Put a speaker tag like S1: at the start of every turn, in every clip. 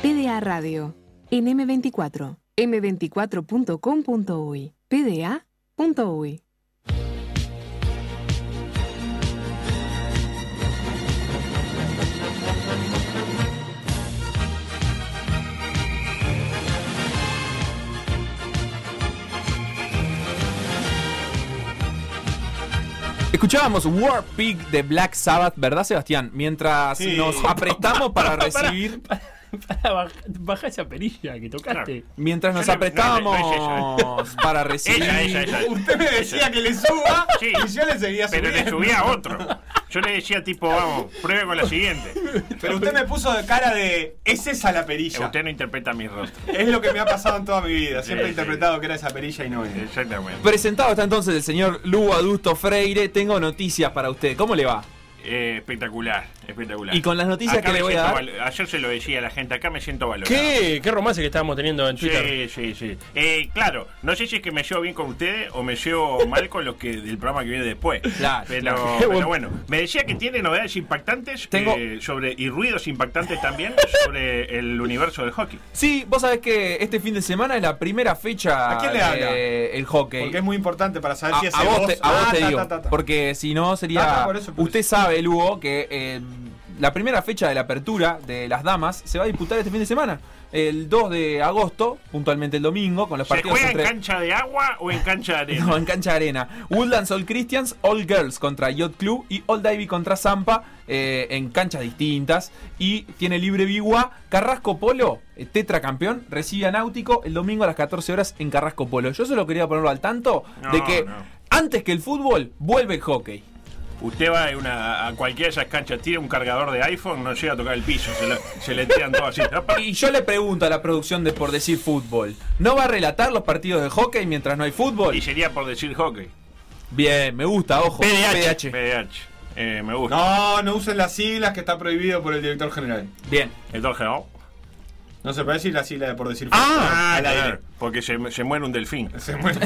S1: PDA Radio en M24, m24.com.uy, pda.uy.
S2: Escuchábamos War Pig de Black Sabbath, ¿verdad, Sebastián? Mientras
S3: Sí.
S2: nos apretamos para recibir.
S4: Pará, baja, baja esa perilla que tocaste.
S2: Mientras nos
S3: Yo no- no,
S2: apretábamos
S3: no
S2: para recibir.
S3: Ella, ella, ella.
S5: Usted me decía que le suba
S3: Sí.
S5: y yo le seguía
S3: Pero
S5: subiendo.
S3: le subía a otro. Yo le decía, tipo, vamos, pruebe con la siguiente.
S5: Pero usted me puso de cara de. Es esa la perilla.
S3: Usted no interpreta mis rostros.
S5: Es lo que me ha pasado en toda mi vida. Siempre he
S3: Sí, sí.
S5: interpretado que era esa perilla y no es.
S3: Exactamente.
S2: Presentado está entonces el señor Lugo Adusto Freire. Tengo noticias para usted. ¿Cómo le va?
S3: Eh, espectacular, espectacular.
S2: Y con las noticias
S3: Acá
S2: que le
S3: me
S2: voy a
S3: siento
S2: dar-
S3: valo- Ayer se lo decía a la gente, acá me siento valorado.
S4: ¿Qué? ¿Qué romance que estábamos teniendo en Twitter?
S3: Sí, sí, sí. Eh, claro, no sé si es que me llevo bien con ustedes o me llevo mal con los que del programa que viene después.
S2: Claro,
S3: pero,
S2: claro.
S3: pero bueno, me decía que tiene novedades impactantes
S2: Tengo-
S3: eh, sobre y ruidos impactantes también sobre el universo del hockey.
S2: Sí, vos sabés que este fin de semana es la primera fecha
S5: ¿A quién le habla?
S2: de el hockey.
S5: Porque es muy importante para saber
S2: a,
S5: si es
S2: a
S5: el
S2: vos te, a vos
S5: Ah,
S2: te
S5: ta,
S2: digo.
S5: ta, ta, ta.
S2: Porque si no sería.
S5: Ah, no, por eso, por
S2: usted sabe, Lugo, que eh, la primera fecha de la apertura de las damas se va a disputar este fin de semana. El 2 de agosto, puntualmente el domingo, con los
S3: ¿Se
S2: partidos
S3: juega en
S2: entre.
S3: cancha de agua o en cancha de arena?
S2: No, en cancha de arena. Woodlands All Christians, All Girls contra Yacht Club y All Divey contra Zampa eh, en canchas distintas. Y tiene libre Bigua. Carrasco Polo, eh, tetracampeón, recibe a Náutico el domingo a las 14 horas en Carrasco Polo. Yo solo quería ponerlo al tanto
S3: No,
S2: de que
S3: no.
S2: antes que el fútbol vuelve el hockey.
S3: Usted va a, una, a cualquiera de esas canchas, tira un cargador de iPhone, no llega a tocar el piso, se, lo- se le tiran todo así. ¡apa!
S2: Y yo le pregunto a la producción de Por Decir Fútbol, ¿no va a relatar los partidos de hockey mientras no hay fútbol?
S3: Y sería por decir hockey.
S2: Bien, me gusta, ojo.
S3: PDH.
S2: PDH.
S3: PDH. Eh, me gusta.
S5: No, no usen las siglas que está prohibido por el director general.
S2: Bien.
S3: Entonces, ¿no?
S5: No se puede decir la sigla de por decir.
S3: Ah,
S5: al aire.
S3: claro, porque se, se muere un delfín.
S5: Se muere.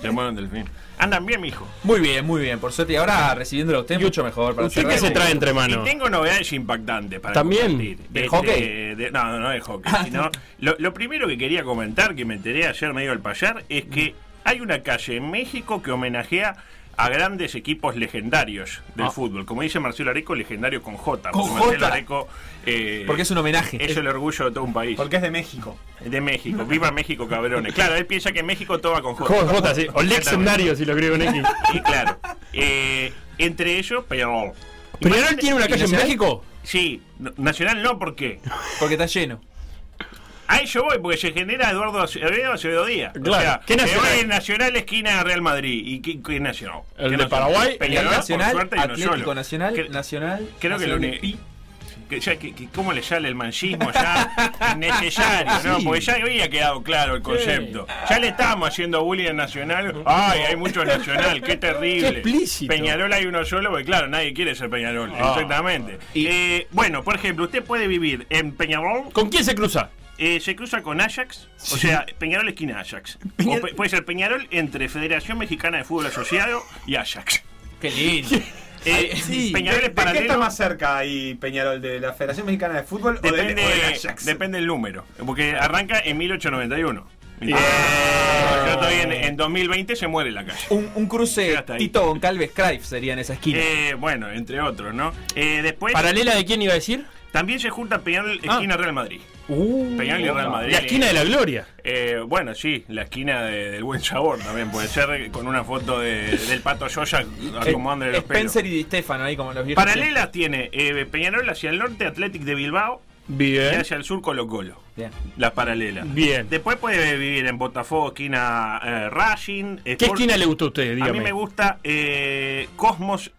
S3: Se muere un delfín. Andan bien, mijo.
S2: Muy bien, muy bien. Por suerte, y ahora recibiéndolo a usted, mucho mejor. Para
S4: ¿Usted
S2: cerrar
S4: qué se
S2: el-
S4: trae entre
S3: Y
S4: manos?
S3: tengo novedades impactantes para
S4: ¿También?
S3: compartir.
S2: ¿Del
S3: Este,
S2: hockey? Ah.
S3: de- no, no, no de hockey. sino- lo, lo primero que quería comentar, que me enteré ayer medio al payar, es que hay una calle en México que homenajea a grandes equipos legendarios del
S2: Ah.
S3: fútbol. Como dice Marcelo Areco, legendario con J.
S2: Con
S3: porque Marcelo
S2: J.
S3: Areco, eh,
S2: Porque es un homenaje.
S3: es el orgullo de todo un país.
S5: Porque es de México.
S3: De México. Viva México, cabrones. Claro, él piensa que México todo va con J.
S4: Joder, Jota, sí. O Lexendario, si lo creo en X.
S3: Y claro, eh, entre ellos, Peñarol.
S4: ¿Peñarol tiene una
S2: ¿Y
S4: calle en
S2: Nacional?
S4: México?
S3: Sí, no- Nacional no, ¿por qué?
S2: Porque está lleno.
S3: A ello voy, porque se genera Eduardo Acevedo Acevedo Díaz.
S4: Claro. ¿Qué
S3: me
S4: Nacional?
S3: voy en Nacional esquina Real Madrid. ¿Y qué, qué Nacional?
S4: El
S3: ¿Qué
S4: de Paraguay,
S3: Peñarol, por
S2: Nacional,
S3: suerte, y no
S2: Atlético
S3: solo.
S2: Nacional,
S3: Cre-
S2: Nacional.
S3: Creo que lo
S2: Nacional
S3: único-
S2: Pi.
S3: que ya- que- que- ¿Cómo le sale el manchismo ya? Necesario, ¿no? Porque ya había quedado claro el concepto. Ya le estábamos haciendo bullying a Nacional. Ay, hay muchos Nacional, qué terrible.
S4: Qué explícito.
S3: Peñarol hay uno solo, porque claro, nadie quiere ser Peñarol. Exactamente.
S2: Ah. Y-
S3: Eh, bueno, por ejemplo, usted puede vivir en Peñarol
S4: ¿Con quién se cruza?
S3: eh, se cruza con Ajax, o sea, Peñarol esquina Ajax. O pe- puede ser Peñarol entre Federación Mexicana de Fútbol Asociado y Ajax.
S2: Qué lindo.
S3: Eh,
S2: sí.
S3: Peñarol es
S5: ¿De qué está
S3: paralelo.
S5: más cerca ahí, Peñarol? ¿De la Federación Mexicana de Fútbol o del-
S3: Depende,
S5: o del Ajax?
S3: depende el número, porque arranca en 1891. Ah, yo estoy en, en 2020 se muere la calle.
S2: Un, un cruce
S3: Hasta ahí.
S2: Tito Goncalves Cruyff sería en esa esquina.
S3: Eh, bueno, entre otros, ¿no? Eh, después
S4: ¿Paralela de quién iba a decir?
S3: también se junta Peñarol
S5: Ah.
S3: esquina Real Madrid.
S4: Uh,
S3: Peñarol y Real Madrid.
S4: la esquina de la gloria.
S3: Eh, bueno, sí, la esquina de- del buen sabor también puede ser eh, con una foto de- del pato Yoya
S2: Eh,
S3: acomodándole los pelos.
S2: Spencer y Di Stefano ahí como los viejos.
S3: Paralelas tiene eh, Peñarol hacia el norte, Athletic de Bilbao y
S4: Bien.
S3: hacia el sur Colo Colo.
S2: Bien.
S3: Las paralelas.
S4: Bien.
S3: Después puede vivir en Botafogo, esquina eh, Racing.
S4: ¿Qué
S3: Sport-
S4: esquina le gusta a usted? Dígame.
S3: A mí me gusta eh, Cosmos,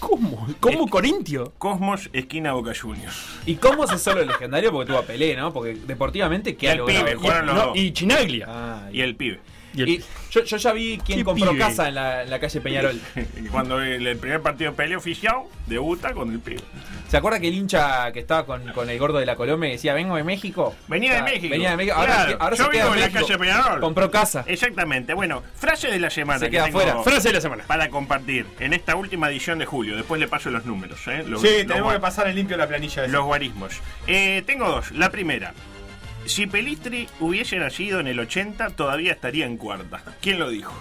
S4: ¿Cómo? ¿Cómo
S3: Eh,
S4: Corintio?
S3: Cosmos, esquina Boca Juniors.
S2: ¿Y cómo se solo el legendario? Porque tuvo a Pelé, ¿no? Porque deportivamente, ¿qué
S3: Y
S2: ha
S3: el
S2: logrado?
S3: pibe,
S2: Y-
S3: Jugaron los
S4: No,
S3: dos.
S4: y Chinaglia.
S2: Ah,
S3: Y el pibe.
S4: Y el-
S2: y yo, yo ya vi quién
S4: ¿Qué
S2: compró
S4: pibe?
S2: casa en la, en la calle Peñarol.
S3: Cuando el, el primer partido de pelea oficial, debuta con el pibe.
S2: ¿Se acuerda que el hincha que estaba con, con el gordo de la Colombia decía, vengo de México?
S3: Venía de
S2: Ah,
S3: México.
S2: Venía de México. Ahora,
S3: Claro,
S2: ahora
S3: yo
S2: se queda en
S3: vivo en la
S2: México.
S3: calle Peñarol.
S2: Compró casa.
S3: Exactamente. Bueno, frase de la semana.
S2: Se
S3: que
S2: queda
S3: tengo
S2: afuera.
S4: Frase de la semana.
S3: Para compartir en esta última edición de julio. Después le paso los números. ¿eh? Los,
S5: Sí,
S3: los
S5: tenemos
S3: gua-
S5: que pasar en limpio la planilla esa.
S3: Los guarismos. Eh, tengo dos. La primera. Si Pelistri hubiese nacido en el 80, todavía estaría en cuarta. ¿Quién lo dijo?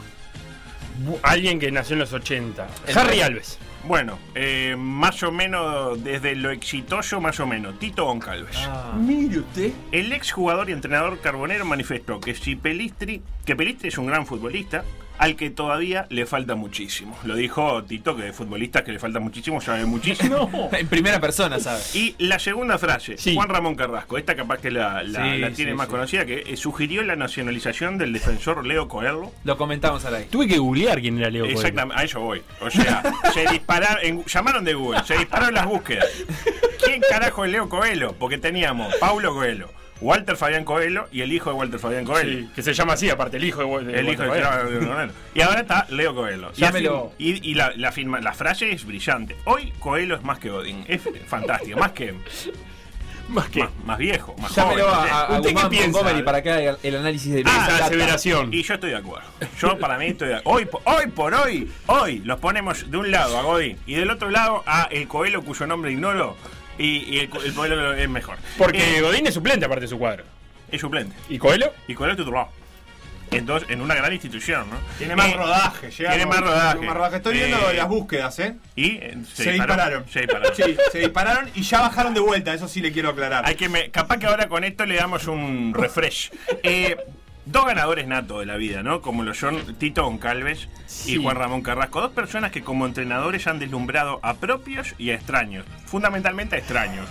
S6: Bu- Alguien que nació en los 80.
S2: El-
S6: Harry Alves.
S3: Bueno, eh, más o menos desde lo exitoso, más o menos. Tito Goncalves.
S2: Mire usted.
S3: El exjugador y entrenador carbonero manifestó que si Pelistri, que Pelistri es un gran futbolista, al que todavía le falta muchísimo. Lo dijo Tito, que de futbolistas que le falta muchísimo, sabe muchísimo.
S4: No.
S2: En primera persona, ¿sabe?
S3: Y la segunda frase,
S6: Sí.
S3: Juan Ramón Carrasco, esta capaz que la, la-
S2: Sí,
S3: la tiene
S2: sí,
S3: más
S2: sí.
S3: conocida, que eh, sugirió la nacionalización del defensor Leo Coelho.
S2: Lo comentamos al aire.
S6: Tuve que googlear quién era Leo Coelho.
S3: Exactamente, a eso voy. O sea, se dispararon, en- llamaron de Google, se dispararon las búsquedas. ¿Quién carajo es Leo Coelho? Porque teníamos Paulo Coelho, Walter Fabián Coelho y el hijo de Walter Fabián Coelho.
S6: Sí, que se llama así, aparte, el hijo de. de-
S3: El hijo de
S6: de-
S3: Coelho. Y ahora está Leo Coelho. Y,
S2: Llámelo.
S3: afirma- y- y la, la firma- la frase es brillante. Hoy Coelho es más que Godín. Es fantástico. Más que.
S6: Más que.
S3: Más, más viejo. Más joven,
S2: Llámelo
S3: no sé.
S2: a, a
S6: ¿Usted qué
S2: Guzmán
S6: piensa?
S2: Montgomery para que haga el análisis de
S3: Ah,
S6: Esa
S3: la-
S6: aseveración.
S3: Y yo estoy de acuerdo. Yo para mí estoy de acuerdo. Hoy, po- hoy por hoy, hoy los ponemos de un lado a Godín y del otro lado a el Coelho cuyo nombre ignoro y, y el, co- el Coelho es mejor.
S6: Porque
S3: Eh,
S6: Godín es suplente, aparte de su cuadro.
S3: es suplente.
S6: ¿Y Coelho?
S3: Y Coelho es titular. Entonces, en una gran institución, ¿no?
S5: Tiene más
S3: Eh,
S5: rodaje, llega
S3: Tiene
S5: con-
S3: más rodaje.
S5: con más rodaje. Estoy viendo
S3: Eh,
S5: las búsquedas, ¿eh?
S3: Y eh,
S5: Se, dispararon.
S3: Se dispararon.
S5: Sí, se dispararon y ya bajaron de vuelta, eso sí le quiero aclarar.
S3: Hay que me- capaz que ahora con esto le damos un refresh. Eh, dos ganadores natos de la vida, ¿no? Como lo son Tito Goncalves y Juan Ramón Carrasco. Dos personas que como entrenadores han deslumbrado a propios y a extraños. Fundamentalmente a extraños.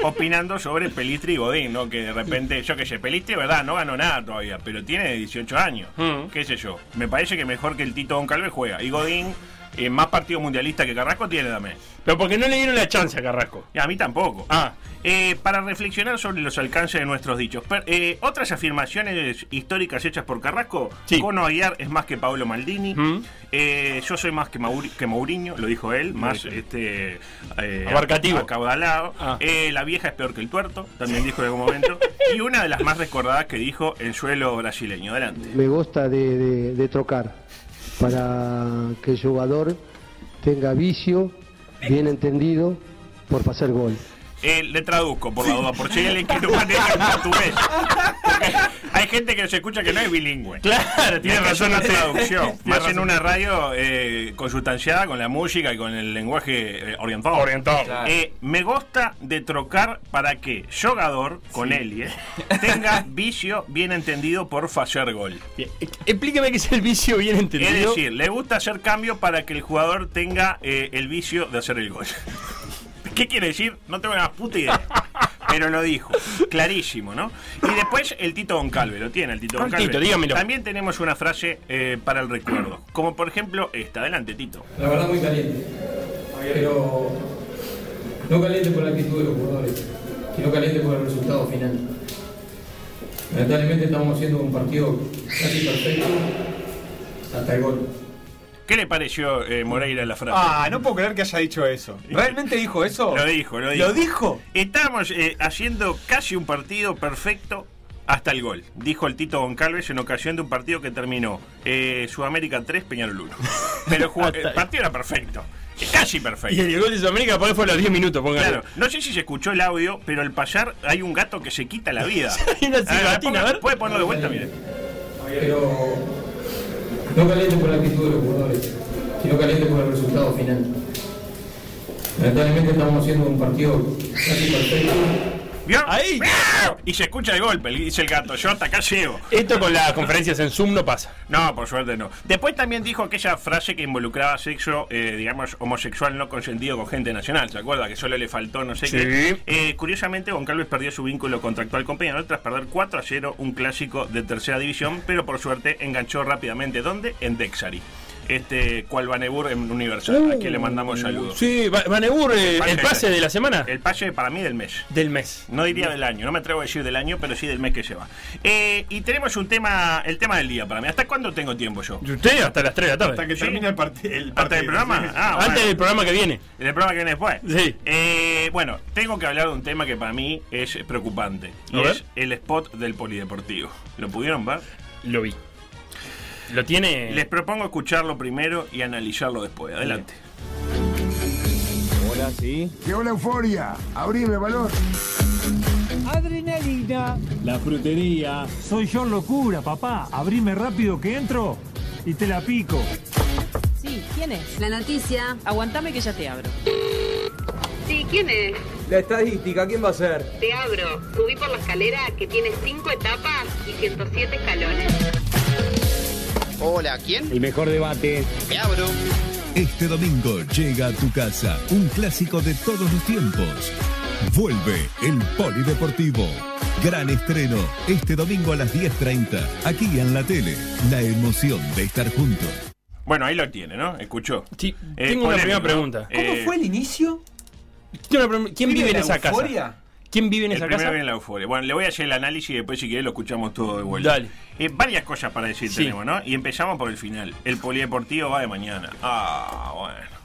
S3: opinando sobre Pelistri y Godín, ¿no? Que de repente, yo qué sé, Pelistri, ¿verdad? No ganó nada todavía, pero tiene 18 años.
S6: Mm.
S3: ¿Qué sé yo? Me parece que mejor que el Tito Goncalves juega. Y Godín, eh, más partido mundialista que Carrasco, tiene también.
S6: Pero porque no le dieron la chance a Carrasco.
S3: Y A mí tampoco.
S6: Ah.
S3: Eh, para reflexionar sobre los alcances de nuestros dichos, per- eh, otras afirmaciones históricas hechas por Carrasco,
S6: Sí.
S3: Cono Aguiar es más que Pablo Maldini,
S6: Mm.
S3: eh, yo soy más que, Mauri- que Mourinho, lo dijo él, más
S6: bien.
S3: este eh,
S6: Abarcativo.
S3: acaudalado,
S6: Ah.
S3: Eh, la vieja es peor que el tuerto, también dijo en algún momento, y una de las más recordadas que dijo el suelo brasileño, adelante.
S7: me gusta de, de- de trocar para que el jugador tenga vicio, bien entendido, por pasar gol.
S3: Eh, le traduzco por la duda, por si hay alguien que lo maneja en portugués. Porque hay gente que se escucha que no es bilingüe.
S6: Claro,
S3: Tiene razón la
S6: usted.
S3: traducción.
S6: Tiene
S3: Más en
S6: razón.
S3: una radio eh, consustanciada con la música y con el lenguaje eh, orientado.
S6: Orientado.
S2: Claro.
S3: Eh, me gusta de trocar para que Jogador, con Elie, tenga vicio bien entendido por fallar gol.
S6: Bien, e- Explíqueme qué es el vicio bien
S3: Es
S6: entendido.
S3: decir, le gusta hacer cambios para que el jugador tenga eh, el vicio de hacer el gol. ¿Qué quiere decir? No tengo la puta idea. Pero lo dijo. Clarísimo, ¿no? Y después el Tito Goncalve. Lo tiene el Tito
S6: Ah,
S3: Goncalve.
S6: Tito, dígamelo.
S3: También tenemos una frase eh, para el recuerdo. Como por ejemplo esta. Adelante, Tito.
S8: La verdad muy caliente. Pero no caliente por la actitud de los jugadores, sino caliente por el resultado final. Lamentablemente estamos haciendo un partido casi perfecto hasta el gol.
S3: ¿Qué le pareció eh, Moreira la frase?
S5: Ah, no puedo creer que haya dicho eso. ¿Realmente dijo eso?
S3: Lo dijo, lo dijo.
S5: ¿Lo dijo?
S3: Estamos eh, haciendo casi un partido perfecto hasta el gol, dijo el Tito Goncalves en ocasión de un partido que terminó eh, Sudamérica 3, Peñarol 1. Pero jugó- el partido era perfecto, casi
S6: Y
S3: perfecto.
S6: el gol de Sudamérica por ahí fue a los 10 minutos, póngale.
S3: Claro, no sé si se escuchó el audio, pero al pasar hay un gato que se quita la vida.
S6: Hay una
S3: A ver,
S6: silbatina, a ver.
S3: Puede ponerlo de vuelta, mire.
S8: Pero no caliente por la actitud de los jugadores, sino caliente por el resultado final. Lamentablemente estamos haciendo un partido casi perfecto
S3: ¿Vio?
S6: Ahí.
S3: ¡Miau! Y se escucha el golpe, le dice el gato, yo hasta acá llego.
S6: Esto con las conferencias en Zoom no pasa.
S3: No, por suerte no. Después también dijo aquella frase que involucraba sexo, eh, digamos, homosexual no consentido con gente nacional. ¿Se acuerda? Que solo le faltó no sé
S6: Sí.
S3: qué. Eh, curiosamente, Goncalves perdió su vínculo contractual con Peñarol tras perder 4 a 0 un clásico de tercera división, pero por suerte enganchó rápidamente. ¿Dónde? En Dexari. Este, cual Banebur en Universal, a quien le mandamos saludos.
S6: Uh, Sí, Va- Vanebur, eh,
S3: Pase.
S6: el pase de la semana.
S3: El pase para mí del mes.
S6: Del mes.
S3: No diría del año, no me atrevo a decir del año, pero sí del mes que lleva. Eh, y tenemos un tema, el tema del día para mí. ¿Hasta cuándo tengo tiempo yo?
S6: Y usted hasta las 3 de la tarde.
S5: Hasta que
S3: Sí.
S5: termine el, partido. el
S3: ¿Hasta
S5: partido.
S3: el programa? Ah,
S6: Antes
S3: bueno.
S6: del programa que viene.
S3: En el programa que viene después.
S6: Sí.
S3: Eh, bueno, tengo que hablar de un tema que para mí es preocupante. Y
S6: A ver.
S3: es el spot del polideportivo. ¿Lo pudieron ver?
S6: Lo vi. Lo tiene.
S3: Les propongo escucharlo primero y analizarlo después. Adelante.
S9: Llegó la euforia. Abrime, valor.
S10: Adrenalina,
S9: esquina, la frutería. Soy yo locura, papá. Abrime rápido que entro y te la pico.
S10: Sí, ¿quién es?
S11: La noticia.
S10: Aguantame que ya te abro.
S11: Sí, ¿quién es?
S12: La estadística, ¿quién va a ser?
S11: Te abro. Subí por la escalera que tiene 5 etapas y 107 escalones.
S13: Hola, ¿quién?
S14: El mejor debate.
S13: Te abro.
S15: Este domingo llega a tu casa un clásico de todos los tiempos. Vuelve el Polideportivo. Gran estreno este domingo a las 10.30, aquí en la tele. La emoción de estar juntos.
S3: Bueno, ahí lo tiene, ¿no? Escuchó.
S6: Sí, tengo una primera pregunta.
S2: ¿Cómo
S3: Eh,
S2: fue el inicio?
S6: Tengo una pregunta. ¿Quién
S2: ¿Vive
S6: vive en
S2: la
S6: esa
S2: euforia?
S6: casa? ¿Quién vive en
S3: El
S6: esa
S3: primero
S6: casa?
S3: viene la euforia. Bueno, le voy a hacer el análisis y después, si querés, lo escuchamos todo de vuelta.
S6: Dale.
S3: Eh, varias cosas para decir
S6: Sí.
S3: tenemos, ¿no? Y empezamos por el final. El polideportivo va de mañana. Ah, bueno.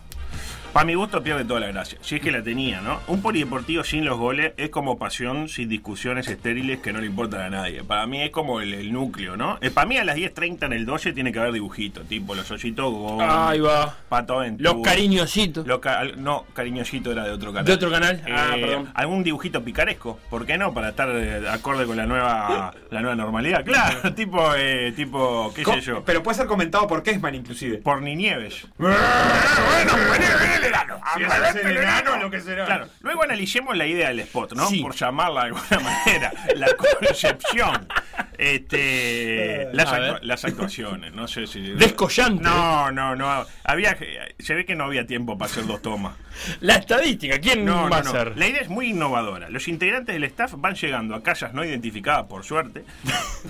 S3: Para mi gusto pierde toda la gracia. Si es que la tenía, ¿no? Un polideportivo sin los goles es como pasión sin discusiones estériles que no le importan a nadie. Para mí es como el, el núcleo, ¿no? para mí a las 10.30 en el 12 tiene que haber dibujito, tipo los ojitos Gómez,
S6: Ahí va.
S3: Pato Aventura.
S6: Los cariñositos.
S3: Los ca- al- no, cariñosito era de otro canal.
S6: ¿De otro canal? Ah,
S3: Eh,
S6: perdón.
S3: ¿Algún dibujito picaresco? ¿Por qué no? Para estar eh, acorde con la nueva la nueva normalidad. Claro, tipo, eh, tipo qué sé yo.
S5: Pero puede ser comentado por Kesman, inclusive.
S3: Por ni nieves.
S2: Ah,
S3: Claro, luego analicemos la idea del spot, ¿no? Por llamarla de alguna manera. La concepción. Este, las,
S6: Eh, A ver.
S3: actua- las actuaciones, no sé si.
S6: Descollante.
S3: No, no, no. Había, se ve que no había tiempo para hacer dos tomas.
S6: La estadística, ¿quién
S3: No,
S6: va
S3: no,
S6: a
S3: no.
S6: ser?
S3: La idea es muy innovadora. Los integrantes del staff van llegando a casas no identificadas, por suerte,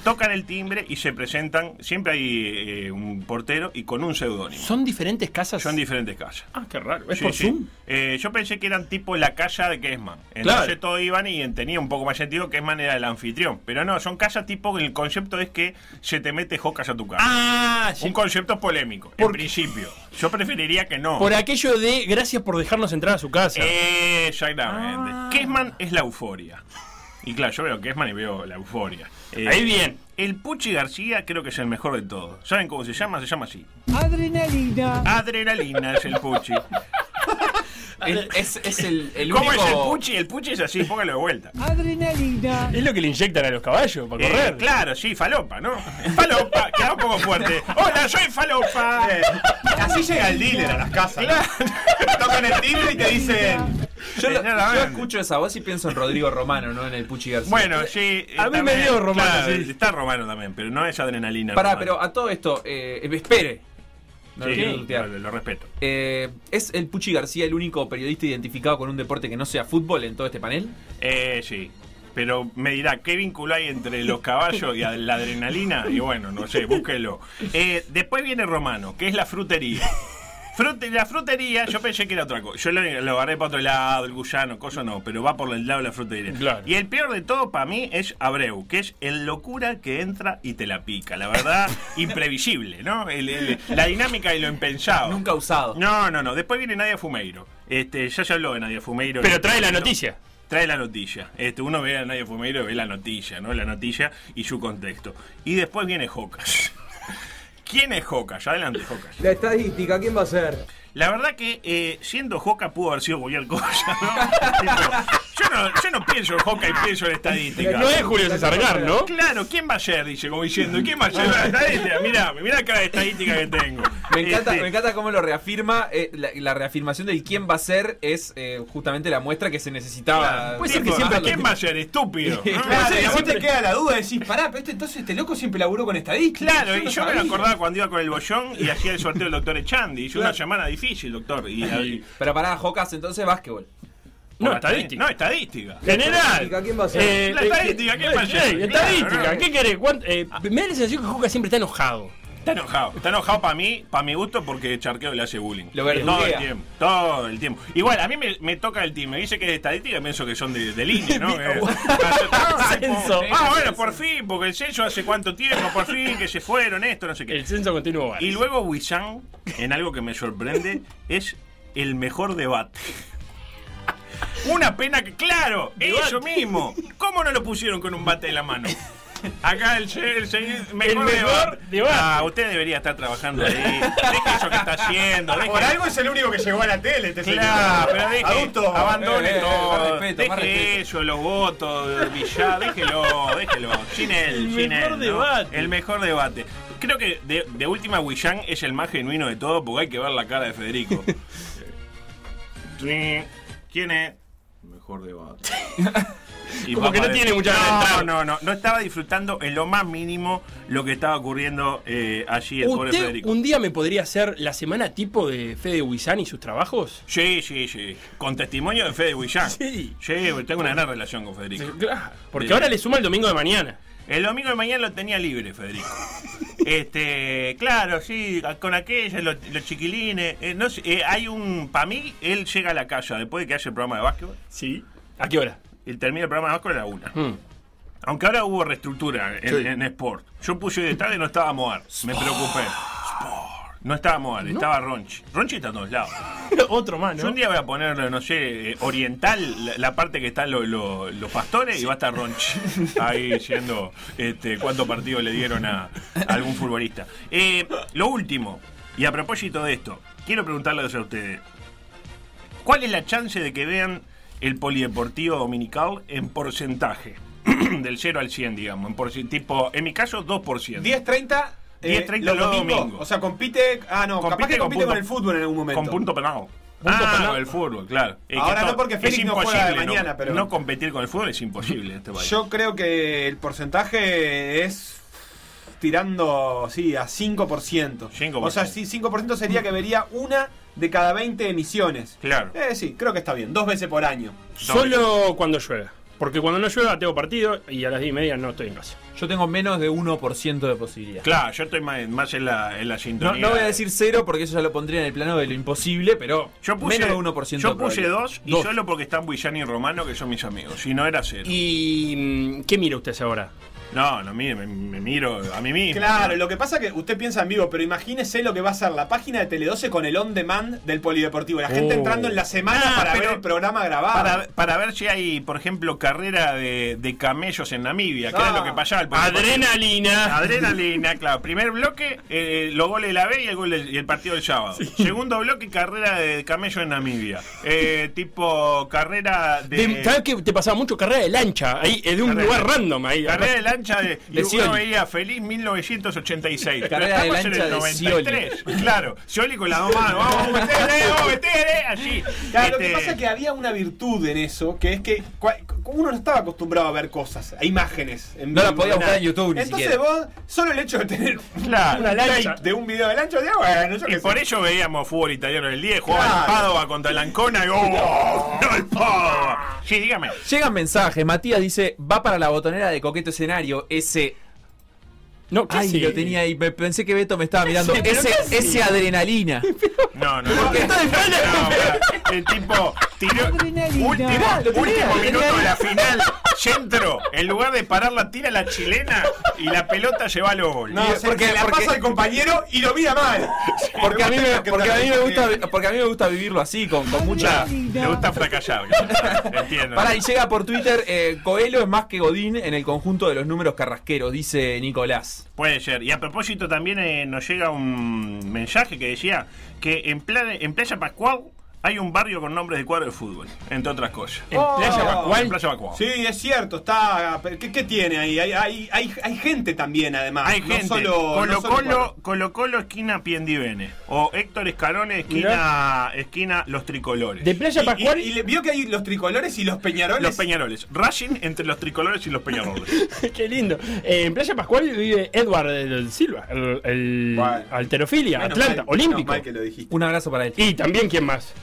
S3: tocan el timbre y se presentan. Siempre hay eh, un portero y con un seudónimo.
S6: ¿Son diferentes casas?
S3: Son diferentes casas.
S6: Ah, qué raro. ¿Es
S3: Sí,
S6: por
S3: sí.
S6: Zoom?
S3: Eh, yo pensé que eran tipo la casa de Kesman. Entonces
S6: Claro.
S3: todos iban y tenía un poco más sentido que Kesman era el anfitrión. Pero no, son casas tipo. El concepto es que se te mete jocas a tu casa.
S6: Ah, sí.
S3: Un concepto polémico, en principio. Yo preferiría que no.
S6: Por aquello de gracias por dejarnos entrar a su casa.
S3: Eh. Exactamente. Kesman es la euforia. Y claro, yo veo Kesman y veo la euforia. Eh,
S6: Ahí bien.
S3: El Puchi García creo que es el mejor de todos. ¿Saben cómo se llama? Se llama así.
S9: Adrenalina.
S3: Adrenalina es el Puchi.
S2: Es, es el, el
S3: ¿Cómo
S2: único...
S3: es el Puchi? El Puchi es así, póngalo de vuelta.
S9: Adrenalina.
S6: Es lo que le inyectan a los caballos para
S3: Eh,
S6: correr.
S3: claro, sí, falopa, ¿no? Falopa, queda un poco fuerte. Hola, soy falopa.
S5: Eh, Así llega el dealer a las casas. ¿no? Tocan el timbre y te dicen.
S2: Yo, lo-
S3: Eh, Nada
S2: yo
S3: más.
S2: escucho esa voz y pienso en Rodrigo Romano, no en el Puchi García.
S3: Bueno, sí.
S6: eh,
S3: eh,
S6: A mí me dio romano, sí.
S3: Está romano también, pero no es adrenalina.
S2: Pará,
S3: romano.
S2: pero a todo esto, eh, espere. No lo
S3: Sí,
S2: quiero tutear.
S3: lo- lo respeto.
S2: Eh, ¿Es el Puchi García el único periodista identificado con un deporte que no sea fútbol en todo este panel?
S3: Eh, sí. Pero me dirá, ¿qué vínculo hay entre los caballos y a- la adrenalina? Y bueno, no sé, búsquelo. Eh, después viene Romano, que es la frutería. Frute- la frutería, yo pensé que era otra cosa. Yo lo, lo agarré para otro lado, el gusano, cosa no, pero va por el lado de la frutería.
S6: Claro.
S3: Y el peor de todo para mí es Abreu, que es el locura que entra y te la pica. La verdad, imprevisible, ¿no? El- el- la dinámica de lo impensado.
S2: Nunca usado.
S3: No, no, no. Después viene Nadia Fumeiro. Este, ya se habló de Nadia Fumeiro.
S6: Pero
S3: Y-
S6: trae la
S3: no.
S6: noticia.
S3: Trae la noticia. Este, uno ve a Nadia Fumeiro y ve la noticia, ¿no? La noticia y su contexto. Y después viene Jocas. ¿Quién es Jocas? Adelante, Jocas.
S12: La estadística, ¿quién va a ser?
S3: La verdad que eh, siendo Joca pudo haber sido cualquier cosa, ¿no? Tipo, yo ¿no? Yo no pienso en Joca y pienso en estadística.
S6: No es Julio César Gar, ¿no?
S3: Claro, ¿quién va a ser? Dice, como diciendo, ¿quién va a ser? La estadística, mirá, mirá la cara de estadística que tengo.
S2: Me encanta,
S3: Este,
S2: me encanta cómo lo reafirma. eh, la, la reafirmación del quién va a ser es eh, justamente la muestra que se necesitaba.
S3: Puede ser que
S2: Tipo,
S3: siempre.
S2: ah, lo
S3: ¿Quién va a ser? Estúpido. ¿no?
S5: Claro, y a vos te queda la duda decís, pará, pero este, entonces este loco siempre laburó con estadística.
S3: Claro, y
S5: no
S3: yo me lo
S5: sabía.
S3: acordaba cuando iba con el bollón y hacía el sorteo del doctor Echandi. Y yo, una semana difícil, doctor. Y, y-
S2: Pero pará, Jocas, entonces básquetbol.
S6: No, estadística.
S3: No, estadística.
S6: General.
S12: La estadística, ¿quién va a ser?
S3: La estadística, ¿qué
S6: eh,
S3: pasa?
S6: eh, Estadística,
S3: Claro.
S6: ¿qué querés? ¿Cuánto- eh, me da la sensación que Juca siempre está enojado.
S3: Está enojado. Está enojado para mí, para mi gusto, porque Charqueo le hace bullying.
S2: Lo
S3: todo el
S2: verdulea.
S3: tiempo. Todo el tiempo. Igual, a mí me, me toca el team. Me dice que es de estadística y pienso que son de, de línea, ¿no? Eh, ah,
S6: Censo.
S3: ah, bueno, por fin, porque el censo hace cuánto tiempo, por fin, que se fueron, esto, no sé qué.
S6: El censo continuo vale.
S3: Y luego Wisan, en algo que me sorprende, es el mejor debate. Una pena que, claro,
S6: Debate.
S3: eso mismo. ¿Cómo no lo pusieron con un bate en la mano? Acá el, che- el, che- mejor,
S5: mejor
S3: debate. Ah, usted debería estar trabajando ahí. Deje eso que está haciendo. deje-
S5: Ah, Por algo es el único que llegó a la tele. Este
S3: Claro,
S5: señor.
S3: pero deje,
S5: Adulto.
S3: abandone
S5: Eh, eh,
S3: todo.
S5: más respeto, más
S3: deje
S5: respeto.
S3: eso, los votos, Villá, déjelo, déjelo. Sin él,
S5: El
S3: sin
S5: mejor
S3: él, ¿no?
S5: debate.
S3: El mejor debate. Creo que de, de última Willán es el más genuino de todo porque hay que ver la cara de Federico. Trin. ¿Quién es? Mejor debate. Y
S6: Como
S3: va
S6: que no
S3: para-
S6: tiene mucha ganas de
S3: no,
S6: entrar.
S3: No, no, no estaba disfrutando en lo más mínimo lo que estaba ocurriendo eh, allí el pobre
S6: ¿Usted
S3: Federico.
S6: un día me podría hacer la semana tipo de Fede Huizán y sus trabajos?
S3: Sí, sí, sí. Con testimonio de Fede Huillán.
S6: Sí.
S3: tengo una gran relación con Federico.
S6: Porque
S3: Sí.
S6: ahora le suma el domingo de mañana.
S3: El domingo de mañana lo tenía libre, Federico. este, claro, sí, con aquella, los, los chiquilines. eh, no sé, eh, hay un. Para mí, él llega a la casa después de que haya el programa de básquetbol.
S6: Sí. ¿A qué hora?
S3: Él termina el programa de básquetbol a la una. Aunque ahora hubo reestructura en,
S6: Hmm. Sí.
S3: en Sport. Yo puse de tarde no estaba Moar. Me preocupé. No estaba Moar, estaba Ronchi. Ronchi está a todos lados.
S6: Otro más,
S3: Yo
S6: ¿no?
S3: un día voy a poner, no sé, eh, oriental, la, la parte que están lo- lo- los pastores y va a estar Ronchi ahí yendo este, cuántos partidos le dieron a, a algún futbolista. Eh, lo último, y a propósito de esto, quiero preguntarles a ustedes, ¿cuál es la chance de que vean el polideportivo dominical en porcentaje? Del 0 al 100, digamos, en porci- tipo, en mi caso, 2%.
S5: 10-30. eh,
S3: 10-30
S5: los domingos. O sea, compite. Ah, no, capaz que compite con el fútbol en algún momento.
S3: Con punto penado.
S5: Punto
S3: ah,
S5: penal.
S3: con el fútbol, claro. Es
S5: Ahora
S3: que
S5: no,
S3: to-
S5: porque
S3: es
S5: Félix no juega de
S3: imposible,
S5: mañana, pero-
S3: No competir con el fútbol es imposible en este país.
S5: Yo creo que el porcentaje es tirando, sí, a 5%. O sea, sí, 5% sería que vería una de cada 20 emisiones.
S3: Claro.
S5: Eh, sí, creo que está bien. Dos veces por año.
S6: Solo cuando llueva. Porque cuando no llueva tengo partido y a las 10 y media no estoy en casa.
S2: Yo tengo menos de 1% de posibilidad.
S3: Claro, yo estoy más, más en, la, en la
S2: No,
S3: sintonía.
S2: no voy a decir cero porque eso ya lo pondría en el plano de lo imposible, pero
S3: yo puse,
S2: menos de 1%.
S3: Yo puse
S2: de probabilidad.
S3: 2 y
S2: Dos.
S3: solo porque están Buillán y Romano, que son mis amigos. Si no era 0.
S6: ¿Y mm, qué mira usted ahora?
S3: No, no mire, me, me miro a mí mismo.
S5: Claro, lo que pasa es que usted piensa en vivo, pero imagínese lo que va a ser la página de Tele12 con el on demand del Polideportivo. La gente
S3: Oh.
S5: entrando en la semana
S3: Ah,
S5: para
S3: pero-
S5: ver el programa grabado.
S3: Para, para ver si hay, por ejemplo, carrera de, de camellos en Namibia, que era
S5: Ah.
S3: lo que pasaba. al principio.
S6: Adrenalina.
S3: Adrenalina, claro. Primer bloque, eh, los goles de la B y el, gol del- y el partido del sábado. Segundo bloque, carrera de camello en Namibia. Eh, tipo, carrera de...
S6: De- ¿Sabes qué te pasaba mucho? Carrera de lancha, ahí, eh, de un
S3: Carrera-
S6: lugar random. Ahí,
S3: Carrera de lancha de. Y
S6: De Scioli.
S3: uno veía feliz 1986. Pero
S6: Carrera de
S3: estamos en el
S6: lancha de
S3: 93. Claro, Scioli con la dos manos. Vamos, meterle, vamos, meterle, allí.
S5: Claro, lo que
S3: Este,
S5: pasa es que había una virtud en eso, que es que cua- uno no estaba acostumbrado a ver cosas, a imágenes. en
S2: No las
S5: vivo,
S2: podía
S5: nada.
S2: buscar en YouTube ni
S5: Entonces
S2: siquiera.
S5: vos, solo el hecho de tener
S3: Claro,
S5: una
S3: un
S5: lancha
S3: tape
S5: de un video de lancha, digo, bueno, yo
S3: Y
S5: qué
S3: por
S5: sé.
S3: ello veíamos fútbol italiano en el 10, jugaba
S5: Claro.
S3: el Padova contra el Ancona y ¡oh! ¡No, el Padova! Sí, dígame.
S2: Llegan mensajes. Matías dice: Va para la botonera de coqueto escenario. Ese.
S6: No,
S2: Ay,
S6: hace?
S2: lo tenía ahí. me- Pensé que Beto me estaba mirando.
S6: hace? ¿Pero
S2: Ese,
S6: qué hace?
S2: ese adrenalina.
S3: No, no, no. No, pará. el tipo tiró último, último minuto de la final, centro, en lugar de pararla, tira la chilena y la pelota lleva a los goles.
S5: No, se- se la pasa al compañero y lo mira mal.
S2: Porque a mí me, porque a mí me gusta, porque a mí me gusta vivirlo así, con, con mucha.
S3: Le gusta fracasar. Entiendo.
S2: Pará, y llega por Twitter: eh, Coelho es más que Godín en el conjunto de los números carrasqueros, dice Nicolás.
S3: Puede ser. Y a propósito también eh, nos llega un mensaje que decía que en, Pla- en Playa Pascual hay un barrio con nombres de cuadro de fútbol, entre otras cosas.
S5: ¿En Oh. Playa Pascual?
S3: En Playa Pascual.
S5: Sí, es cierto, está. pero ¿Qué, qué tiene ahí? Hay, hay, hay, hay gente también, además.
S3: Hay gente.
S5: No solo,
S3: Colo,
S5: no solo
S3: Colo, Colo Colo, esquina Piendivene. O Héctor Escarone, esquina, esquina Los Tricolores.
S5: De Playa Pascual. Y, y le- vio que hay los tricolores y los peñaroles.
S3: Los Peñaroles. Racing entre los tricolores y los Peñaroles.
S6: Qué lindo. Eh, en Playa Pascual vive Edward del Silva, el, el- alterofilia,
S5: Menos
S6: Atlanta,
S5: mal- menos
S6: olímpico.
S5: mal que lo dijiste.
S2: Un abrazo para él.
S6: Y también, ¿quién más?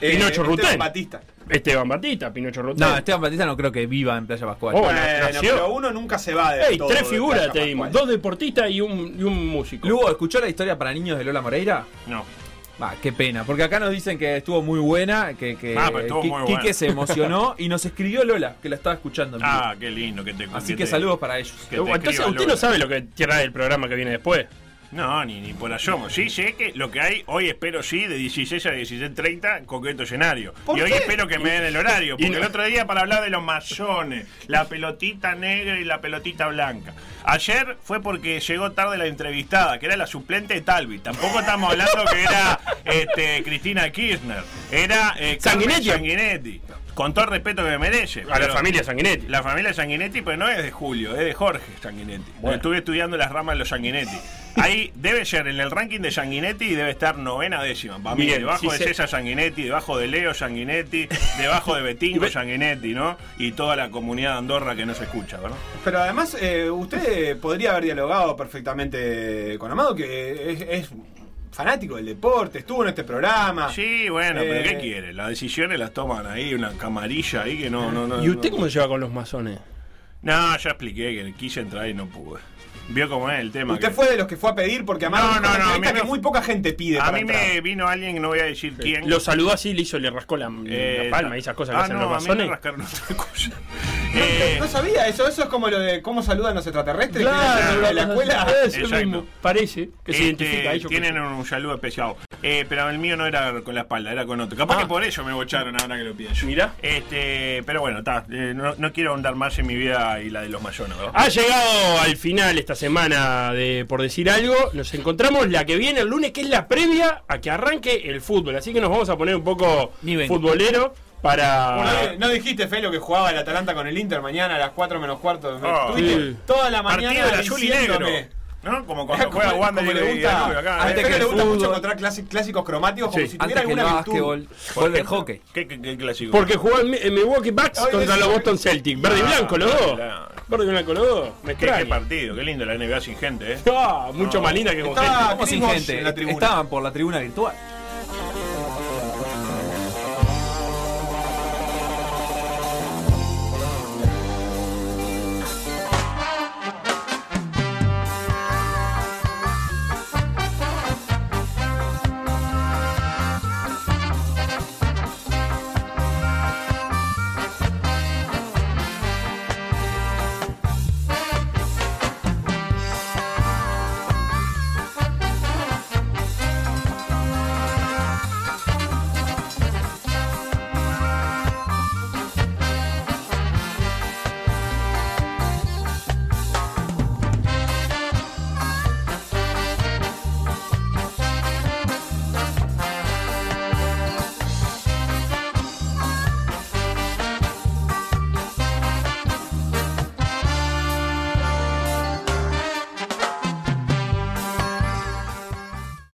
S5: Eh,
S6: Pinocho
S5: Esteban
S6: Rutén.
S5: Batista.
S6: Esteban Batista, Pinocho Rutén.
S2: No, este Esteban Batista no creo que viva en Playa Pascual.
S6: Oh, Bueno,
S5: Bueno,
S6: nació.
S5: pero uno nunca se va de
S6: Ey,
S5: todo.
S6: tres figuras
S5: Playa
S6: te dimos, dos deportistas y un, y un músico.
S2: Lugo, ¿escuchó la historia para niños de Lola Moreira?
S3: No.
S2: Ah, qué pena, porque acá nos dicen que estuvo muy buena, que, que
S3: Ah, pero estuvo
S2: Qui-
S3: muy
S2: Quique
S3: buena.
S2: se emocionó y nos escribió Lola, que la estaba escuchando. en vivo.
S3: ah, qué lindo que te
S2: Así
S3: te-
S2: que saludos para ellos.
S3: que te
S6: Entonces,
S3: escriba
S6: usted
S3: Lola.
S6: no sabe lo que tiene el programa que viene después.
S3: No, ni, ni por asomo. Sí, sé que lo que hay hoy espero sí de 16 a 16.30 concreto escenario.
S5: ¿Por
S3: Y hoy
S5: qué?
S3: espero que me den el horario.
S5: Y-
S3: Porque el otro día para hablar de los masones, la pelotita negra y la pelotita blanca. Ayer fue porque llegó tarde la entrevistada, que era la suplente de Talvi. Tampoco estamos hablando que era este, Cristina Kirchner. Era eh, Carmen
S6: Sanguinetti.
S3: Sanguinetti. Con todo el respeto que me merece.
S6: A la familia Sanguinetti.
S3: La familia Sanguinetti, pero no es de Julio, es de Jorge Sanguinetti.
S6: Bueno.
S3: Estuve estudiando las ramas de los Sanguinetti. Ahí debe ser en el ranking de Sanguinetti y debe estar novena décima. Para mí,
S6: Bien,
S3: debajo
S6: sí
S3: de
S6: sé.
S3: César Sanguinetti, debajo de Leo Sanguinetti, debajo de Betingo Sanguinetti, ¿no? Y toda la comunidad de Andorra que no se escucha, ¿verdad?
S5: Pero además, eh, usted podría haber dialogado perfectamente con Amado, que es, es fanático del deporte, estuvo en este programa.
S6: Ah.
S3: Sí, bueno,
S5: Eh,
S3: pero ¿qué quiere? Las decisiones las toman ahí, una camarilla ahí que no, no, no.
S6: ¿Y usted
S3: no-
S6: cómo se lleva con los masones?
S3: No, ya expliqué que quise entrar y no pude. Vio cómo es el tema.
S5: Usted
S3: que-
S5: fue de los que fue a pedir porque Amado
S3: No, no, no, a mí
S5: que
S3: me-
S5: muy poca gente pide.
S3: A
S5: para
S3: mí
S5: entrar.
S3: me vino alguien, no voy a decir quién.
S6: Lo saludó así, le hizo, le rascó la, la
S3: Eh,
S6: palma y esas cosas que
S3: ah,
S6: hacen
S3: no,
S6: los
S3: a mí me
S6: masones.
S3: rascaron Eh, otra cosa.
S5: No, no sabía eso, eso es como lo de cómo saludan los extraterrestres.
S6: Claro,
S5: que la, la escuela.
S6: es lo mismo. Parece que se
S3: Este,
S6: identifica a ellos.
S3: Tienen un saludo especial. Eh, pero el mío no era con la espalda, era con otro.
S6: Ah.
S3: Capaz que por ello me bocharon ahora que lo pienso. Mira. Este, pero bueno, ta, eh, no, no quiero ahondar más en mi vida y la de los mayones,
S5: Ah,
S3: ¿verdad?
S6: Ha llegado al final esta semana de Por Decir Algo. Nos encontramos la que viene el lunes, que es la previa a que arranque el fútbol. Así que nos vamos a poner un poco futbolero para...
S5: Bueno, ¿No dijiste, Felo, que jugaba el Atalanta con el Inter mañana a las 4 menos cuarto? Me
S6: Ah,
S5: estuviste
S6: sí.
S5: Toda la
S3: Partido
S5: mañana
S3: del azul y
S5: diciéndome-
S3: negro, ¿no? Como cuando juega
S5: Como-
S3: Wander
S5: como
S3: y
S5: le gusta,
S3: Danubio acá,
S5: a
S3: ¿eh?
S5: este que
S3: Antes
S5: le gusta
S3: que el
S5: mucho
S3: fútbol.
S5: encontrar clasi- clásicos cromáticos como
S3: Sí,
S5: si tuviera
S3: antes que el
S5: alguna virtud.
S3: Vuelve el hockey. ¿Qué, qué, qué clásico?
S6: Porque jugó en- en Milwaukee Bucks
S3: Ay,
S6: contra
S3: es-
S6: los Boston Celtics. Verde y
S3: Ah,
S6: blanco, los dos.
S3: claro.
S6: Verde y blanco, los dos. Me
S3: Qué, qué
S6: extraña.
S3: partido, qué lindo la NBA sin gente, ¿eh?
S6: Ah, mucho más linda que con
S2: Estaba
S6: gente.
S2: sin gente. Estaban por la tribuna virtual.